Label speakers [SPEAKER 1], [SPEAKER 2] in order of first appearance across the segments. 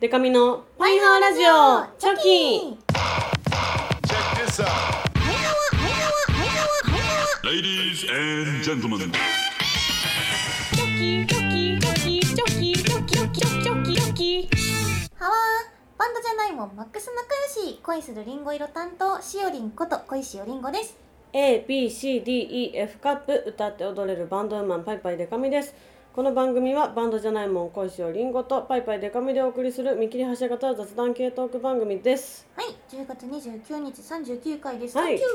[SPEAKER 1] デカミのワイハーラジオチョキ
[SPEAKER 2] Check this out.
[SPEAKER 3] Ladies and gentlemen.
[SPEAKER 4] はわーバンドじゃないもんマックス仲良し恋するりんご色担当しおりんこと恋しおりんごです
[SPEAKER 1] ABCDEF カップ歌って踊れるバンドウーマンパイパイデカミですこの番組はバンドじゃないもん恋しおりんごとパイパイデカミでお送りする見切り発車型雑談系トーク番組です
[SPEAKER 4] はい10月29日39回です、
[SPEAKER 1] はい
[SPEAKER 4] サン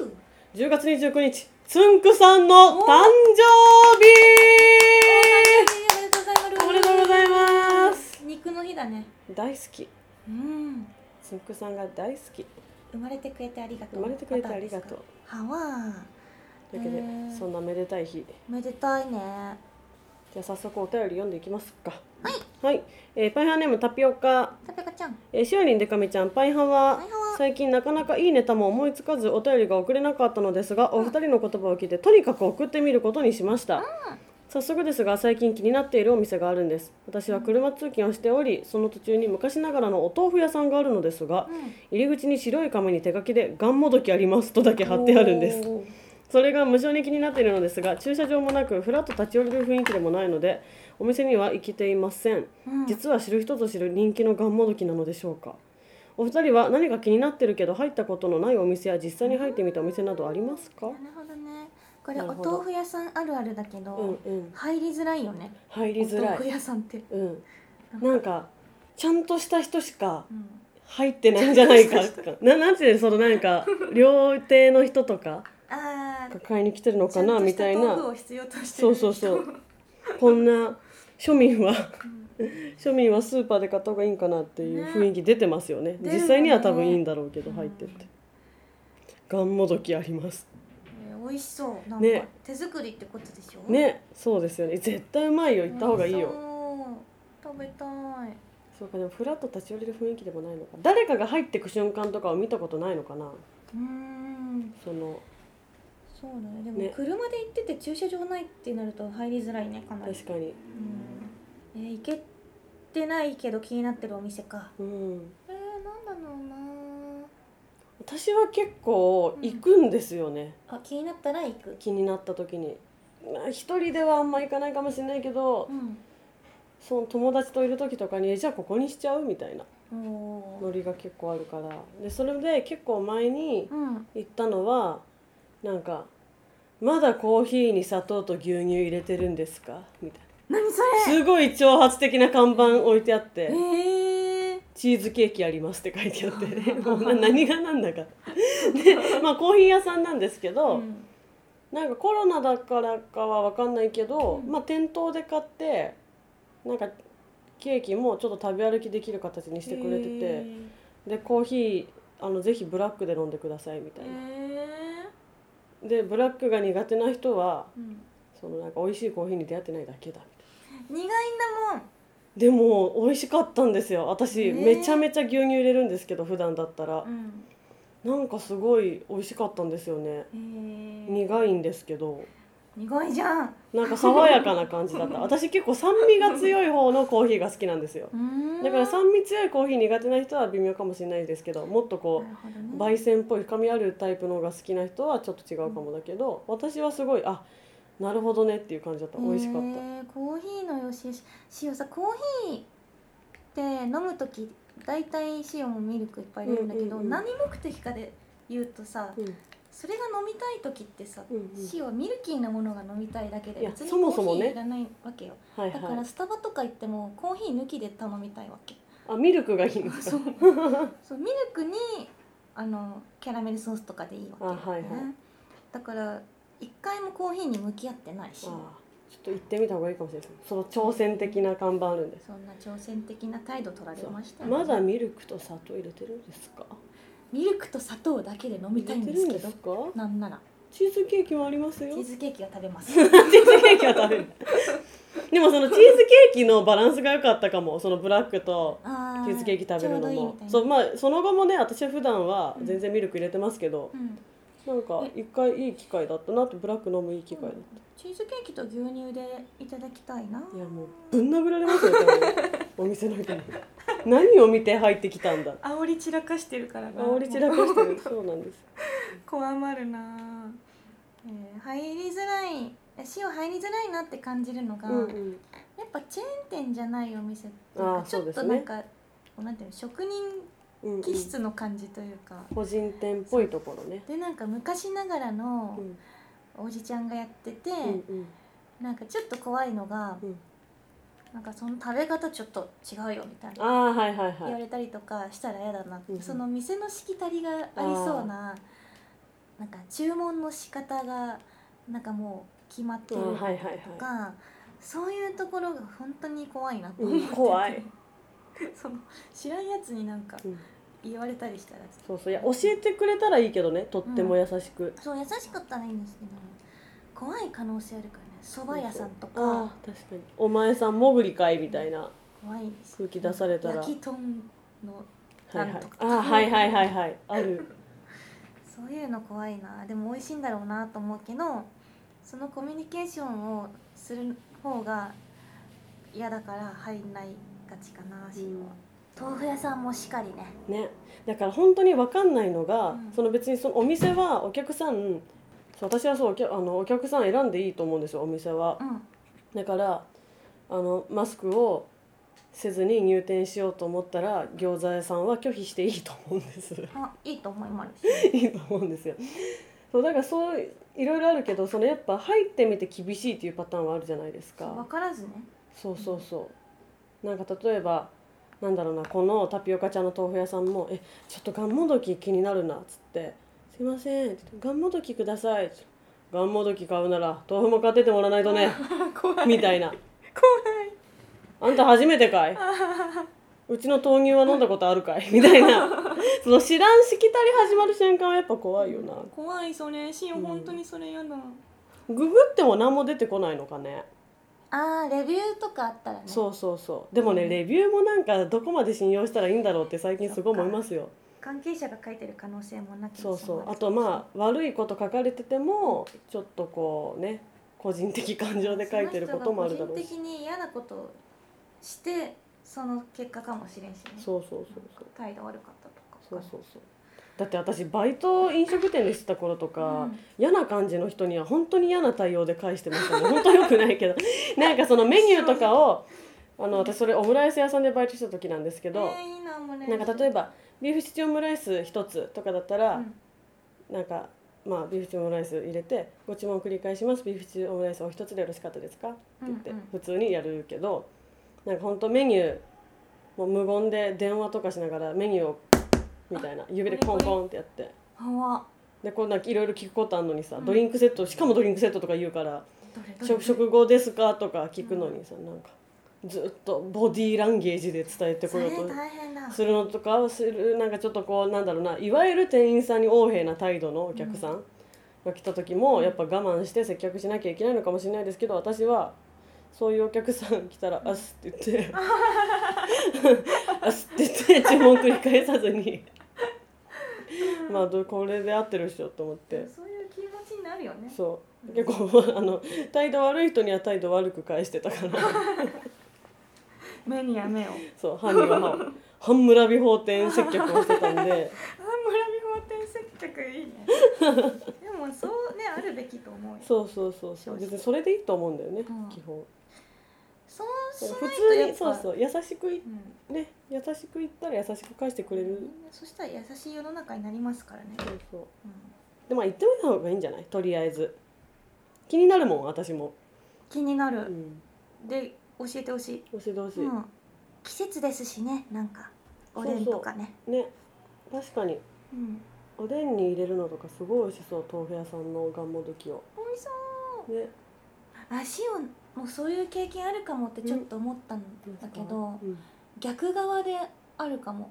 [SPEAKER 4] キュー
[SPEAKER 1] 10月29日つんくさんの誕生
[SPEAKER 4] おめでとうございます
[SPEAKER 1] 日おめでとうございます
[SPEAKER 4] 肉の日だね
[SPEAKER 1] 大好き
[SPEAKER 4] うん
[SPEAKER 1] つんくさんが大好き
[SPEAKER 4] 生まれてくれてありがと
[SPEAKER 1] 生
[SPEAKER 4] う
[SPEAKER 1] まれてくれてありがとう
[SPEAKER 4] はわ
[SPEAKER 1] というわけで
[SPEAKER 4] へー
[SPEAKER 1] そんなめでたい日
[SPEAKER 4] ーめでたいね
[SPEAKER 1] じゃあ早速お便り読んでいきますか、
[SPEAKER 4] はい
[SPEAKER 1] えーパイハーネームタピオカ
[SPEAKER 4] タペカちゃん
[SPEAKER 1] えー、しおりんでかみちゃんパイハワ
[SPEAKER 4] パイハワ
[SPEAKER 1] 最近なかなかいいネタも思いつかずお便りが送れなかったのですがお二人の言葉を聞いてとにかく送ってみることにしました、早速ですが最近気になっているお店があるんです私は車通勤をしておりその途中に昔ながらのお豆腐屋さんがあるのですが、入り口に白い紙に手書きで「がんもどきあります」とだけ貼ってあるんです
[SPEAKER 4] おー
[SPEAKER 1] それが無性に気になっているのですが駐車場もなくふらっと立ち寄れる雰囲気でもないのでお店には行きていません、
[SPEAKER 4] うん
[SPEAKER 1] 実は知る人ぞ知る人気のがんもどきなのでしょうかお二人は何か気になってるけど入ったことのないお店や実際に入ってみたお店などありますか、
[SPEAKER 4] なるほどねこれ
[SPEAKER 1] なる
[SPEAKER 4] お
[SPEAKER 1] ほど
[SPEAKER 4] 豆腐屋さんあるあるだけど、
[SPEAKER 1] うんうん
[SPEAKER 4] 入りづらいよね
[SPEAKER 1] 入りづ
[SPEAKER 4] お
[SPEAKER 1] ら
[SPEAKER 4] 豆腐
[SPEAKER 1] い、
[SPEAKER 4] 屋さんって
[SPEAKER 1] うん、なんかちゃんとした人しか
[SPEAKER 4] うん
[SPEAKER 1] 入ってないんじゃないか ななんていうのそのなんか料亭の人とか
[SPEAKER 4] あー
[SPEAKER 1] 買いに来てるの
[SPEAKER 4] ち
[SPEAKER 1] か
[SPEAKER 4] ゃん
[SPEAKER 1] な
[SPEAKER 4] と
[SPEAKER 1] み
[SPEAKER 4] した
[SPEAKER 1] い
[SPEAKER 4] 豆腐
[SPEAKER 1] な
[SPEAKER 4] を必要として
[SPEAKER 1] そ
[SPEAKER 4] る
[SPEAKER 1] うそうそうこんな庶民は庶民はスーパーで買った方がいいんかなっていう
[SPEAKER 4] ね
[SPEAKER 1] 雰囲気出てますよね
[SPEAKER 4] 出る
[SPEAKER 1] 実際には
[SPEAKER 4] ね
[SPEAKER 1] 多分いいんだろうけど入ってって、がんもどきあります
[SPEAKER 4] えー美味しそうなんか、
[SPEAKER 1] ね
[SPEAKER 4] 手作りってことでしょ
[SPEAKER 1] ねそうですよね絶対うまいよ行った方がいいよ、
[SPEAKER 4] そう食べたい
[SPEAKER 1] そうかでもフラッと立ち寄れる雰囲気でもないのか誰かが入ってく瞬間とかを見たことないのかな
[SPEAKER 4] うーん
[SPEAKER 1] その
[SPEAKER 4] そうだねでも
[SPEAKER 1] ね
[SPEAKER 4] 車で行ってて駐車場ないってなると入りづらいねかなり
[SPEAKER 1] 確かに
[SPEAKER 4] うんえー行けてないけど気になってるお店か
[SPEAKER 1] うん
[SPEAKER 4] えー、なんだろうな
[SPEAKER 1] 私は結構行くんですよね、
[SPEAKER 4] あ気になったら行く
[SPEAKER 1] 気になった時にまあ一人ではあんま行かないかもしれないけど、
[SPEAKER 4] うん
[SPEAKER 1] その友達といる時とかにえ「じゃあここにしちゃう?」みたいな
[SPEAKER 4] おー
[SPEAKER 1] ノリが結構あるからでそれで結構前に
[SPEAKER 4] うん
[SPEAKER 1] 行ったのはなんか「まだコーヒーに砂糖と牛乳入れてるんですか?」みたい
[SPEAKER 4] 何そ
[SPEAKER 1] なすごい挑発的な看板置いてあって
[SPEAKER 4] れえー、
[SPEAKER 1] 「チーズケーキあります」って書いてあって もうな何が何だかでまあコーヒー屋さんなんですけど、
[SPEAKER 4] うん
[SPEAKER 1] なんかコロナだからかは分かんないけど、まあ店頭で買ってなんかケーキもちょっと食べ歩きできる形にしてくれてて、
[SPEAKER 4] えー
[SPEAKER 1] でコーヒーあのぜひブラックで飲んでくださいみたいな、
[SPEAKER 4] え
[SPEAKER 1] でブラックが苦手な人は
[SPEAKER 4] ーうん
[SPEAKER 1] そのなんか美味しいコーヒーに出会ってないだけだみ
[SPEAKER 4] 苦
[SPEAKER 1] たい
[SPEAKER 4] いんだもん
[SPEAKER 1] なでも美味しかったんですよ私、
[SPEAKER 4] へー
[SPEAKER 1] めちゃめちゃ牛乳入れるんですけど普段だったら
[SPEAKER 4] う、ん
[SPEAKER 1] なんかすごい美味しかったんですよね、
[SPEAKER 4] えー
[SPEAKER 1] 苦いんですけど
[SPEAKER 4] 苦いじゃん
[SPEAKER 1] なんか爽やかな感じだった 私結構酸味が強い方のコーヒーが好きなんですよだから酸味強いコーヒー苦手な人は微妙かもしれないですけどもっとこう
[SPEAKER 4] う
[SPEAKER 1] 焙煎っぽい深みあるタイプの方が好きな人はちょっと違うかもだけど、私はすごいあなるほどねっていう感じだった美味しかった、
[SPEAKER 4] たコーヒーのよしよししおさコーヒーって飲む時大体しおもミルクいっぱい入れるんだけど、
[SPEAKER 1] うんうんうん
[SPEAKER 4] 何目的かで言うとさそれが飲みたい時ってさ、
[SPEAKER 1] うんうん
[SPEAKER 4] しおはミルキーなものが飲みたいだけ
[SPEAKER 1] い
[SPEAKER 4] で
[SPEAKER 1] や
[SPEAKER 4] 別に
[SPEAKER 1] そもそ
[SPEAKER 4] コ
[SPEAKER 1] も
[SPEAKER 4] ーヒ
[SPEAKER 1] ね
[SPEAKER 4] ーいらないわけよ、
[SPEAKER 1] はい
[SPEAKER 4] だから
[SPEAKER 1] はい
[SPEAKER 4] スタバとか行ってもコーヒー抜きで頼みたいわけ
[SPEAKER 1] あミルクがいいん ですか
[SPEAKER 4] そうミルクにあのキャラメルソースとかでいいわけよ、ね
[SPEAKER 1] あはいはい
[SPEAKER 4] だから一回もコーヒーに向き合ってないし
[SPEAKER 1] あーちょっと行ってみた方がいいかもしれないその挑戦的な看板あるんです
[SPEAKER 4] そんな挑戦的な態度取られました
[SPEAKER 1] そう
[SPEAKER 4] ね
[SPEAKER 1] まだミルクと砂糖入れてるんですか
[SPEAKER 4] ミルクと砂糖だけで飲み
[SPEAKER 1] 入
[SPEAKER 4] た
[SPEAKER 1] れ
[SPEAKER 4] いん
[SPEAKER 1] て
[SPEAKER 4] で
[SPEAKER 1] る
[SPEAKER 4] す
[SPEAKER 1] ん
[SPEAKER 4] け
[SPEAKER 1] で
[SPEAKER 4] ど
[SPEAKER 1] すか
[SPEAKER 4] なんなら
[SPEAKER 1] チーズケーキもあります
[SPEAKER 4] チ
[SPEAKER 1] よ
[SPEAKER 4] ーズケーキが食べ ます
[SPEAKER 1] チーズケーキは食べるでもそのチーズケーキのバランスが良かったかもそのブラックと
[SPEAKER 4] あ
[SPEAKER 1] チーズケーキ食べる
[SPEAKER 4] ち
[SPEAKER 1] の
[SPEAKER 4] ょうどいいみ
[SPEAKER 1] も
[SPEAKER 4] たいな
[SPEAKER 1] そうまあその後もね私は普段は全然ミルク入れてますけど
[SPEAKER 4] う、ん、
[SPEAKER 1] なんか一回いい機会だったなってブラック飲むいい機会だった、
[SPEAKER 4] チーズケーキと牛乳でいただきたいない
[SPEAKER 1] やもうぶん殴られますよ多分お店の人に何を見て入ってきたんだ
[SPEAKER 4] 煽り散らかしてるからな
[SPEAKER 1] 煽り散らかしてるそうなんです
[SPEAKER 4] こわまるなあ、えー入りづらい塩入りづらいなって感じるのが、
[SPEAKER 1] うんうん
[SPEAKER 4] やっぱチェーン店じゃないお店っていう
[SPEAKER 1] あ
[SPEAKER 4] か
[SPEAKER 1] ー
[SPEAKER 4] ちょっと
[SPEAKER 1] そうです
[SPEAKER 4] な
[SPEAKER 1] ね
[SPEAKER 4] んか、なんていうの職人
[SPEAKER 1] うんうん
[SPEAKER 4] 気質の感じというか、
[SPEAKER 1] 個人店っぽいところね
[SPEAKER 4] でなんか昔ながらの
[SPEAKER 1] うん
[SPEAKER 4] おじちゃんがやってて、
[SPEAKER 1] うん
[SPEAKER 4] なんかちょっと怖いのが、
[SPEAKER 1] うん
[SPEAKER 4] なんかその食べ方ちょっと違うよみたい
[SPEAKER 1] あ
[SPEAKER 4] な
[SPEAKER 1] あはいはい
[SPEAKER 4] 言
[SPEAKER 1] は
[SPEAKER 4] わ
[SPEAKER 1] い
[SPEAKER 4] れたりとかしたら嫌だなって、
[SPEAKER 1] うんうん
[SPEAKER 4] その店のしきたりがありそうななんか注文の仕方がなんかもう決まっ
[SPEAKER 1] あ
[SPEAKER 4] て
[SPEAKER 1] ー
[SPEAKER 4] ると
[SPEAKER 1] は
[SPEAKER 4] か、
[SPEAKER 1] いはいはい
[SPEAKER 4] そういうところが本当に怖いなと思
[SPEAKER 1] う
[SPEAKER 4] っ
[SPEAKER 1] ん
[SPEAKER 4] てて、
[SPEAKER 1] 怖い
[SPEAKER 4] その知らんやつになんか
[SPEAKER 1] うん
[SPEAKER 4] 言われたりしたら
[SPEAKER 1] そうそういや教えてくれたらいいけどねとっても優しく
[SPEAKER 4] そう優しかったらいいんですけど怖い可能性あるからね蕎麦屋さんと
[SPEAKER 1] あ
[SPEAKER 4] か
[SPEAKER 1] あ確かにお前さん潜りかいみたいな
[SPEAKER 4] 怖いです
[SPEAKER 1] 空気出されたら
[SPEAKER 4] 焼き豚の
[SPEAKER 1] はい
[SPEAKER 4] なん
[SPEAKER 1] はい
[SPEAKER 4] とか
[SPEAKER 1] あーはいはいはいはいある
[SPEAKER 4] そういうの怖いなでも美味しいんだろうなと思うけどそのコミュニケーションをする方が嫌だから入んないがちかな塩は、豆腐屋さんもしかりね
[SPEAKER 1] ねだから本当に分かんないのが、
[SPEAKER 4] うん
[SPEAKER 1] その別にそのお店はお客さんそう私はそうお客あのお客さん選んでいいと思うんですよお店は
[SPEAKER 4] う。ん
[SPEAKER 1] だからあのマスクをせずに入店しようと思ったら餃子屋さんは拒否していいと思うんです
[SPEAKER 4] あいいと思います
[SPEAKER 1] いいと思うんですよそうだからそういろいろあるけどそのやっぱ入ってみて厳しいっていうパターンはあるじゃないですか
[SPEAKER 4] 分から ずね
[SPEAKER 1] そうそうそうなんか例えばなんだろうなこのタピオカちゃんの豆腐屋さんも「えちょっとがんもどき気になるな」っつって「すいませんって言ってがんもどきください」ってがんもどき買うなら豆腐も買ってってもらわないと ね
[SPEAKER 4] 怖
[SPEAKER 1] み
[SPEAKER 4] い
[SPEAKER 1] たいな
[SPEAKER 4] 怖い
[SPEAKER 1] 「あんた初めてかい?」「うちの豆乳は飲んだことあるかい?」みたい なその知らんしきたり始まる瞬間はやっぱ怖いよな
[SPEAKER 4] 怖いそれ塩
[SPEAKER 1] うん
[SPEAKER 4] 本当にそれ嫌だ、
[SPEAKER 1] ググっても何も出てこないのかね
[SPEAKER 4] あーレビューとかあったらね
[SPEAKER 1] そうそうそうでもねレビューもなんかどこまで信用したらいいんだろうって最近すごい思いますよ
[SPEAKER 4] 関係者が書いてる可能性もなきに
[SPEAKER 1] そうそ
[SPEAKER 4] し
[SPEAKER 1] う
[SPEAKER 4] も
[SPEAKER 1] あとまあ悪いこと書かれててもちょっとこうね個人的感情で書いてることもあるだろう
[SPEAKER 4] その人が個
[SPEAKER 1] し
[SPEAKER 4] 人的に嫌なことをしてその結果かもしれんしね
[SPEAKER 1] そうそうそうそう
[SPEAKER 4] 態度悪かったとか
[SPEAKER 1] そうそうそうだって私バイト飲食店でしてた頃とか、嫌な感じの人には本当に嫌な対応で返してましたね本当よくないけどなんかそのメニューとかをあの私それオムライス屋さんでバイトしてた時なんですけ
[SPEAKER 4] うん
[SPEAKER 1] ど、
[SPEAKER 4] えーいいなもね
[SPEAKER 1] なんか例えばビーフシチューオムライス1つとかだったら、なんか、まあ、ビーフシチューオムライス入れて「ご注文繰り返しますビーフシチューオムライスお一つでよろしかったですか?」って言って
[SPEAKER 4] うんうん
[SPEAKER 1] 普通にやるけどなんか本当メニューもう無言で電話とかしながらメニューをみたいな指でコンコンってやって
[SPEAKER 4] わ
[SPEAKER 1] でこうなんかいろいろ聞くことあんのにさ、
[SPEAKER 4] うん
[SPEAKER 1] ドリンクセットしかもドリンクセットとか言うから
[SPEAKER 4] どれ
[SPEAKER 1] 「
[SPEAKER 4] どれ
[SPEAKER 1] 食食後ですか?」とか聞くのにさなんかずっとボディーランゲージで伝えて
[SPEAKER 4] そ
[SPEAKER 1] こよ
[SPEAKER 4] れ
[SPEAKER 1] うと。
[SPEAKER 4] 大変だ
[SPEAKER 1] するのとかをするなんかちょっとこうなんだろうないわゆる店員さんに横柄な態度のお客さんが来た時も、やっぱ我慢して接客しなきゃいけないのかもしれないですけど私はそういうお客さん来たら「あっす」って言って 「あっす」って言って注文繰り返さずにまあどうこれで合ってるっしょと思って。
[SPEAKER 4] そういう気持ちになるよね
[SPEAKER 1] そう結構あの態度悪い人には態度悪く返してたから
[SPEAKER 4] 目には目をあ
[SPEAKER 1] そう犯人は 歯を半村美法店接客をしてたんで
[SPEAKER 4] 村見法店接客い いねでもそうねあるべきと思うよ
[SPEAKER 1] そうそうそうそう別にそれでいいと思うんだよね、
[SPEAKER 4] うん
[SPEAKER 1] 基本
[SPEAKER 4] そうし
[SPEAKER 1] 普
[SPEAKER 4] ないと
[SPEAKER 1] 通
[SPEAKER 4] やっ
[SPEAKER 1] に
[SPEAKER 4] ぱ、
[SPEAKER 1] そうそうう優しくい
[SPEAKER 4] ん、
[SPEAKER 1] ね優しく言ったら優しく返してくれる、
[SPEAKER 4] そしたら優しい世の中になりますからね、
[SPEAKER 1] そうそう
[SPEAKER 4] うん、
[SPEAKER 1] でも言っておいた方がいいんじゃないとりあえず気になるもん私も、
[SPEAKER 4] 気にな
[SPEAKER 1] う
[SPEAKER 4] る、
[SPEAKER 1] ん、
[SPEAKER 4] で教えてほしい
[SPEAKER 1] 教えてほしい、
[SPEAKER 4] うん、季節ですしねなんかおでんとかね
[SPEAKER 1] ね確かに
[SPEAKER 4] うん
[SPEAKER 1] おでんに入れるのとかすごい美味しそう豆腐屋さんのがんもどきを
[SPEAKER 4] 美味しそう
[SPEAKER 1] ね
[SPEAKER 4] あ塩もそういう経験あるかもってちょっと思ったんだけど、
[SPEAKER 1] うん
[SPEAKER 4] 逆側であるかも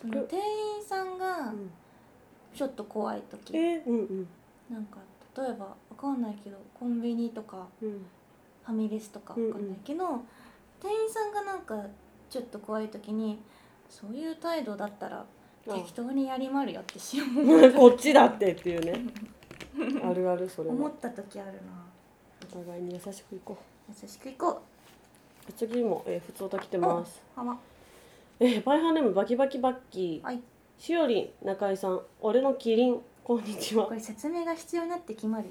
[SPEAKER 4] その
[SPEAKER 1] 逆
[SPEAKER 4] 店員さんが
[SPEAKER 1] うん
[SPEAKER 4] ちょっと怖い時、
[SPEAKER 1] えー、うんうん
[SPEAKER 4] なんか例えばわかんないけどコンビニとか
[SPEAKER 1] うん
[SPEAKER 4] ファミレスとかわかんないけど、店員さんがなんかちょっと怖い時にそういう態度だったら
[SPEAKER 1] あ
[SPEAKER 4] 適当にやりまるよって塩も
[SPEAKER 1] あ こっちだってっていうねあるあるそれは
[SPEAKER 4] 思っ
[SPEAKER 1] お
[SPEAKER 4] た時あるな
[SPEAKER 1] 互いに優しくいこう
[SPEAKER 4] 優しくいこう
[SPEAKER 1] 次も、えー、普通と来てます。
[SPEAKER 4] あわ
[SPEAKER 1] えーバイハーネームバキバキバッキー
[SPEAKER 4] はい
[SPEAKER 1] しおりん中井さん俺のキリンこんにちは
[SPEAKER 4] これ説明が必要になって決まるよ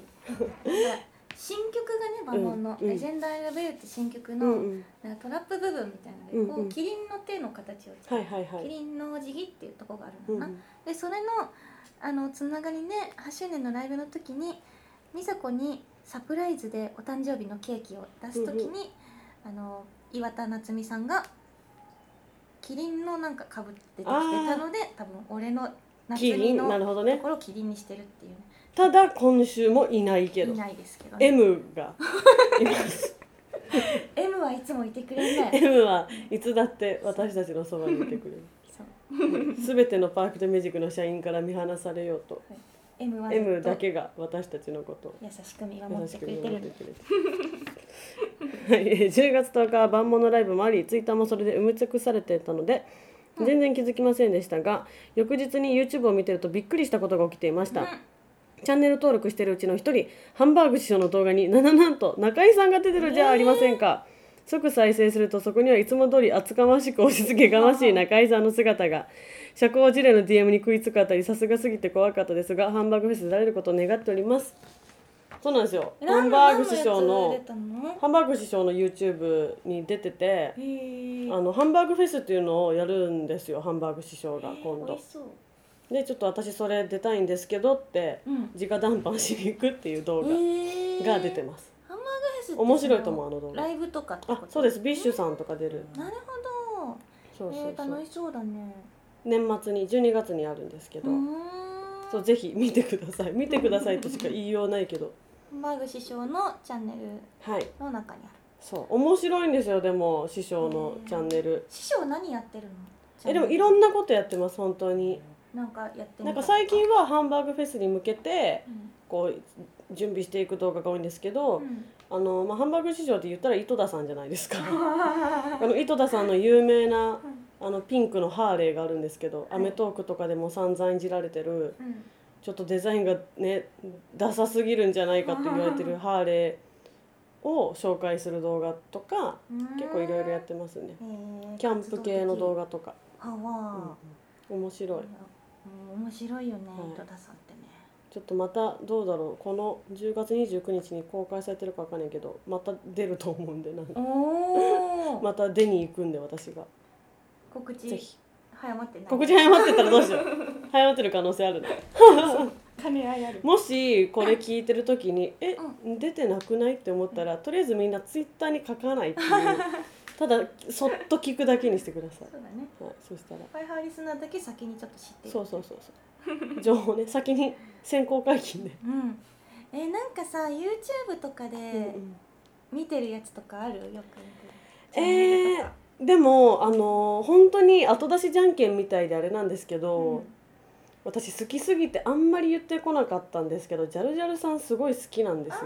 [SPEAKER 4] 新曲がねバンドの「
[SPEAKER 1] うんうん
[SPEAKER 4] レジェンダー・ラベル」って新曲
[SPEAKER 1] う
[SPEAKER 4] の、
[SPEAKER 1] んうん
[SPEAKER 4] なんかトラップ部分みたいなので、
[SPEAKER 1] うんうん
[SPEAKER 4] こうキリンの手の形を作
[SPEAKER 1] は
[SPEAKER 4] る、
[SPEAKER 1] いはいは
[SPEAKER 4] キ
[SPEAKER 1] い
[SPEAKER 4] リンのお辞儀っていうところがあるの
[SPEAKER 1] うん
[SPEAKER 4] かな、でそれのあのつながりね8周年のライブの時に美佐子にサプライズでお誕生日のケーキを出す時に、
[SPEAKER 1] うん
[SPEAKER 4] あの岩田夏美さんがキリンのなんかかぶって出てきて
[SPEAKER 1] あー
[SPEAKER 4] たので多分俺の夏
[SPEAKER 1] キリ
[SPEAKER 4] 美
[SPEAKER 1] ンな
[SPEAKER 4] の
[SPEAKER 1] るほど
[SPEAKER 4] と
[SPEAKER 1] ね
[SPEAKER 4] ころをキリンにしてるっていうね
[SPEAKER 1] ただ今週もいないけど
[SPEAKER 4] いないですけど、ね、
[SPEAKER 1] M がいます
[SPEAKER 4] M はいつもいてくれない
[SPEAKER 1] M はいつだって私たちのそばにいてくれる
[SPEAKER 4] そう
[SPEAKER 1] すべてのパークとミュージックの社員から見放されようと
[SPEAKER 4] M はずっと
[SPEAKER 1] M だけが私たちのことを
[SPEAKER 4] 優しく見守
[SPEAKER 1] 優
[SPEAKER 4] っ
[SPEAKER 1] してく
[SPEAKER 4] く
[SPEAKER 1] 見
[SPEAKER 4] れて
[SPEAKER 1] 守
[SPEAKER 4] る
[SPEAKER 1] っ
[SPEAKER 4] ん
[SPEAKER 1] て
[SPEAKER 4] だ
[SPEAKER 1] くれてはいえー10月10日は万物ライブもありツイッターもそれで埋め尽くされていたので全然気づきませんでしたが翌日に YouTube を見てるとびっくりしたことが起きていました、チャンネル登録してるうちの一人ハンバーグ師匠の動画にな ななんと中井さんが出てるじゃありませんか、即再生するとそこにはいつも通り厚かましく押し付けがましい中井さんの姿が社交辞令の DM に食いつくあたりさすがすぎて怖かったですがハンバーグフェスで出られることを願っておりますそうなんですよハンバーグ師匠のハンバーグ師匠の YouTube に出てて
[SPEAKER 4] へー
[SPEAKER 1] あのハンバーグフェスっていうのをやるんですよハンバーグ師匠が今
[SPEAKER 4] 美
[SPEAKER 1] 度
[SPEAKER 4] 味しそう
[SPEAKER 1] でちょっと私それ出たいんですけどって
[SPEAKER 4] うん
[SPEAKER 1] 直談判しに行くっていう動画が出て
[SPEAKER 4] す
[SPEAKER 1] ます、
[SPEAKER 4] ハンバーグフェスって
[SPEAKER 1] 面白いと思うあの動画
[SPEAKER 4] ライブとかってこと
[SPEAKER 1] あそうですビッシュさんとか出る
[SPEAKER 4] なるほど
[SPEAKER 1] そうそ
[SPEAKER 4] え
[SPEAKER 1] う
[SPEAKER 4] ー、
[SPEAKER 1] そう
[SPEAKER 4] 楽しそうだね
[SPEAKER 1] 年末に12月にあるんですけ
[SPEAKER 4] う
[SPEAKER 1] ど
[SPEAKER 4] ーん
[SPEAKER 1] そうぜひ見てください見てくださいとしか言いようないけど
[SPEAKER 4] ハンバーグ師匠のチャンネル
[SPEAKER 1] はい
[SPEAKER 4] の中にある
[SPEAKER 1] そう面白いんですよでも師匠のチャンネル
[SPEAKER 4] 師匠何やってるの
[SPEAKER 1] えでもいろんなことやってます本当に
[SPEAKER 4] なんかやってみた
[SPEAKER 1] なんか最近はハンバーグフェスに向けて
[SPEAKER 4] うん
[SPEAKER 1] こう準備していく動画が多いんですけど、
[SPEAKER 4] うん
[SPEAKER 1] あのまあ、ハンバーグ市場で言ったら井戸田さんじゃな いですかあの井戸田さんの有名なあのピンクのハーレーがあるんですけど『
[SPEAKER 4] い
[SPEAKER 1] アメトーーク』とかでも散々いじられてる
[SPEAKER 4] うん
[SPEAKER 1] ちょっとデザインがねダサすぎるんじゃないかって言われてるハーレーを紹介する動画とか結構いろいろやってますね
[SPEAKER 4] えー
[SPEAKER 1] キャンプ系の動
[SPEAKER 4] 画
[SPEAKER 1] 画とか、
[SPEAKER 4] あわ
[SPEAKER 1] うん面白い
[SPEAKER 4] ーうん面白いよね
[SPEAKER 1] はい
[SPEAKER 4] 井戸田さんってね
[SPEAKER 1] ちょっとまたどうだろうこの10月29日に公開されてるかわかんないけどまた出ると思うんでなんか
[SPEAKER 4] おお、
[SPEAKER 1] また出に行くんで私が
[SPEAKER 4] 告
[SPEAKER 1] ぜ
[SPEAKER 4] 知
[SPEAKER 1] ひ
[SPEAKER 4] 早まってない
[SPEAKER 1] 告知早まってたらどうしよう早まってる可能性あるな
[SPEAKER 4] 兼ね合いある
[SPEAKER 1] もしこれ聞いてる時に「え、出てなくない?」って思ったらとりあえずみんなツイッターに書かないっていうただそっと聞くだけにしてください
[SPEAKER 4] そうだね
[SPEAKER 1] はい、そしたら
[SPEAKER 4] ファイハーリスナーだけ先にちょっと知ってる
[SPEAKER 1] そうそうそうそう情報ね先に先行解禁で、
[SPEAKER 4] うんえーなんかさ YouTube とかで
[SPEAKER 1] うん
[SPEAKER 4] 見てるやつとかあるよく見てるチャンネル
[SPEAKER 1] え
[SPEAKER 4] と
[SPEAKER 1] ー
[SPEAKER 4] か、
[SPEAKER 1] でもあのー本当に後出しじゃんけんみたいであれなんですけど、
[SPEAKER 4] うん
[SPEAKER 1] 私好きすぎてあんまり言ってこなかったんですけどジャルジャルさんすごい好きなんですよ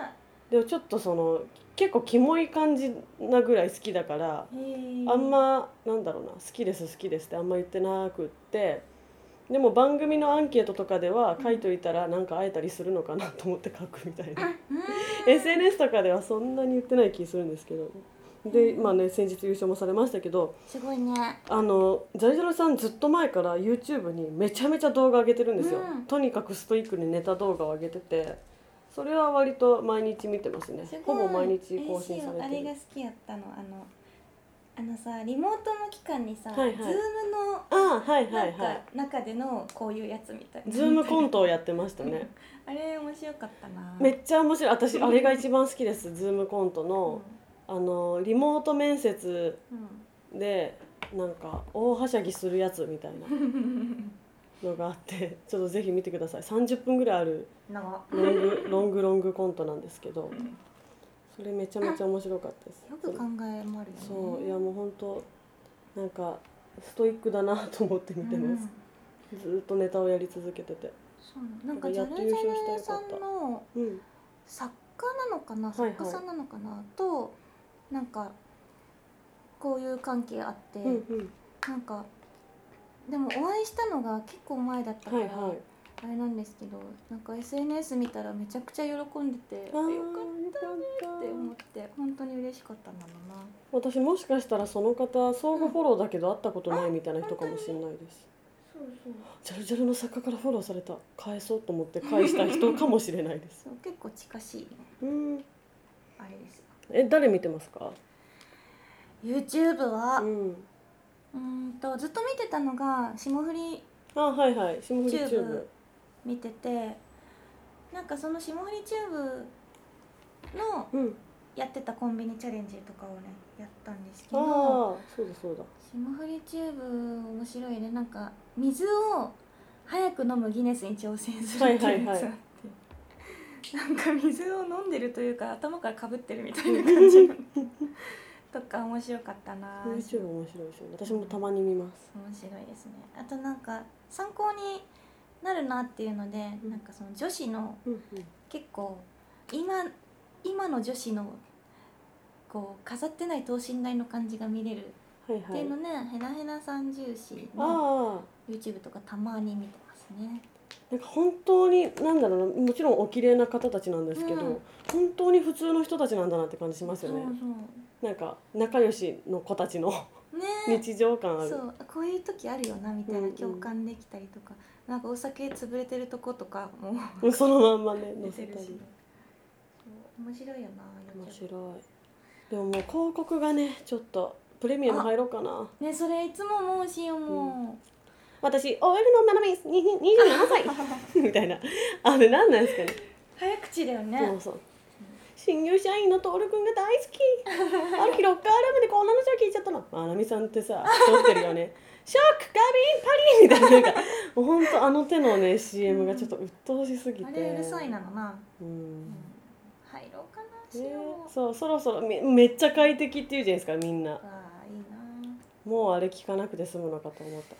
[SPEAKER 4] あ
[SPEAKER 1] でもちょっとその結構キモい感じなぐらい好きだから
[SPEAKER 4] えー
[SPEAKER 1] あんまなんだろうな好きです好きですってあんま言ってなくってでも番組のアンケートとかでは書いといたらなんか会えたりするのかなと思って書くみたいな SNS とかではそんなに言ってない気するんですけどでまあね先日優勝もされましたけど
[SPEAKER 4] すごいね
[SPEAKER 1] あのジャルジャルさんずっと前から YouTube にめちゃめちゃ動画上げてるんですよ、
[SPEAKER 4] うん
[SPEAKER 1] とにかくストイックにネタ動画を上げててそれは割と毎日見てますね
[SPEAKER 4] すご
[SPEAKER 1] ほ
[SPEAKER 4] い
[SPEAKER 1] ぼ毎日更新され
[SPEAKER 4] えーしおあ
[SPEAKER 1] て
[SPEAKER 4] れ
[SPEAKER 1] る
[SPEAKER 4] が好きやったのあのあのさリモートの期間にさ、
[SPEAKER 1] はいはい
[SPEAKER 4] ズームの
[SPEAKER 1] ああはいは
[SPEAKER 4] ないん
[SPEAKER 1] は
[SPEAKER 4] か中でのこういうやつみたい
[SPEAKER 1] い
[SPEAKER 4] な
[SPEAKER 1] ズームコントをやってましたね
[SPEAKER 4] あれ面白かったな
[SPEAKER 1] めっちゃ面白い私あれが一番好きですズームコントの、あのリモート面接
[SPEAKER 4] う
[SPEAKER 1] でなんか大はしゃぎするやつみたいなのがあってちょっとぜひ見てください30分ぐらいある
[SPEAKER 4] ん、なんか
[SPEAKER 1] ロングロングロングコントなんですけどそれめちゃめちゃ面白かったです
[SPEAKER 4] よく考えもあるよね
[SPEAKER 1] そういやもう本当なんかストイックだなと思って見てます、ずーっとネタをやり続けてて
[SPEAKER 4] そうなんかジ
[SPEAKER 1] や
[SPEAKER 4] ャ
[SPEAKER 1] っと
[SPEAKER 4] ル
[SPEAKER 1] 優
[SPEAKER 4] ジ
[SPEAKER 1] 勝し
[SPEAKER 4] ャ
[SPEAKER 1] た
[SPEAKER 4] ル
[SPEAKER 1] よか
[SPEAKER 4] さ
[SPEAKER 1] っ
[SPEAKER 4] ん
[SPEAKER 1] た
[SPEAKER 4] の
[SPEAKER 1] うん
[SPEAKER 4] 作家なのかな、
[SPEAKER 1] はいはい
[SPEAKER 4] 作家さんなのかなとなんかこういう関係あって、
[SPEAKER 1] うんうん
[SPEAKER 4] なんかでもお会いしたのが結構前だったか
[SPEAKER 1] は
[SPEAKER 4] ら、
[SPEAKER 1] いはい
[SPEAKER 4] あれなんですけどなんか SNS 見たらめちゃくちゃ喜んでて
[SPEAKER 1] あ
[SPEAKER 4] よ
[SPEAKER 1] ー
[SPEAKER 4] かっ
[SPEAKER 1] よ
[SPEAKER 4] って思って本当に嬉しかったんだろうな
[SPEAKER 1] 私もしかしたらその方相互フォローだけど会ったことないみたいな人かもしれないです
[SPEAKER 4] そうそう
[SPEAKER 1] ジャルジャルの作家からフォローされた返そうと思って返した人かもしれないです
[SPEAKER 4] そう結構近しい
[SPEAKER 1] うん
[SPEAKER 4] あれです
[SPEAKER 1] え誰見てますか
[SPEAKER 4] YouTube は
[SPEAKER 1] うん
[SPEAKER 4] うーんとずっと見てたのが霜降り
[SPEAKER 1] あはいはい霜降りチュ
[SPEAKER 4] チュ
[SPEAKER 1] ー
[SPEAKER 4] ーブ
[SPEAKER 1] ブ
[SPEAKER 4] 見ててなんかその霜降りチューブの
[SPEAKER 1] うん
[SPEAKER 4] やってたコンビニチャレンジとかをねやったんですけ
[SPEAKER 1] ああ
[SPEAKER 4] ど
[SPEAKER 1] そうだそうだ
[SPEAKER 4] 霜降りチューブ面白いねなんか水を早く飲むギネスに挑戦するっていうやつがあって、
[SPEAKER 1] はいはいは
[SPEAKER 4] なんか水を飲んでるというか頭からかぶってるみたいな感 じなのとか面白かったな
[SPEAKER 1] YouTube 面白いですよね私もたまに見ます
[SPEAKER 4] 面白いですねあとなんか参考になるなっていうので、
[SPEAKER 1] うん
[SPEAKER 4] なんかその女子の
[SPEAKER 1] うんうん
[SPEAKER 4] 結構今今の女子のこう飾ってない等身大の感じが見れる
[SPEAKER 1] はい
[SPEAKER 4] っ
[SPEAKER 1] は
[SPEAKER 4] ていうの
[SPEAKER 1] い
[SPEAKER 4] ね、ヘナヘナ三重視の
[SPEAKER 1] ああ
[SPEAKER 4] YouTube とかたまに見てますね
[SPEAKER 1] なんか本当になんだろうなもちろんお綺麗な方たちなんですけど、
[SPEAKER 4] うん
[SPEAKER 1] 本当に普通の人たちなんだなって感じしますよね、
[SPEAKER 4] そ
[SPEAKER 1] なんか仲良しの子たちの
[SPEAKER 4] うねえ
[SPEAKER 1] 日常感ある、
[SPEAKER 4] そうこういう時あるよなみたい
[SPEAKER 1] うんう
[SPEAKER 4] なん共感できたりとか、なんかお酒潰れてるとことかも
[SPEAKER 1] そのまんまね
[SPEAKER 4] 出
[SPEAKER 1] 載
[SPEAKER 4] て
[SPEAKER 1] せ
[SPEAKER 4] る
[SPEAKER 1] た
[SPEAKER 4] し
[SPEAKER 1] り
[SPEAKER 4] そう面白いよな
[SPEAKER 1] 面
[SPEAKER 4] YouTube
[SPEAKER 1] 白いでももう広告がねちょっとプレミアム入ろうかな
[SPEAKER 4] ねそれいつも思うしよも
[SPEAKER 1] 私 OL のななみにに27 歳みたいなあれ何なんですかね
[SPEAKER 4] 早口だよね
[SPEAKER 1] そうそう新入社員のトールくんが大 好きある日ロッカールームでこんな話を聞いちゃったのまなみさんってさ太ってるよね ショックガビンパリみたいななんかもうほんとあの手のね CM がちょっと鬱陶しすぎて
[SPEAKER 4] あれうるさいなのな、
[SPEAKER 1] う
[SPEAKER 4] うんん、入ろうかなし
[SPEAKER 1] ね
[SPEAKER 4] よう、
[SPEAKER 1] そうそろそろめめっちゃ快適っていうじゃないですかみんな
[SPEAKER 4] わあいいな
[SPEAKER 1] もうあれ聞かなくて済むのかと思った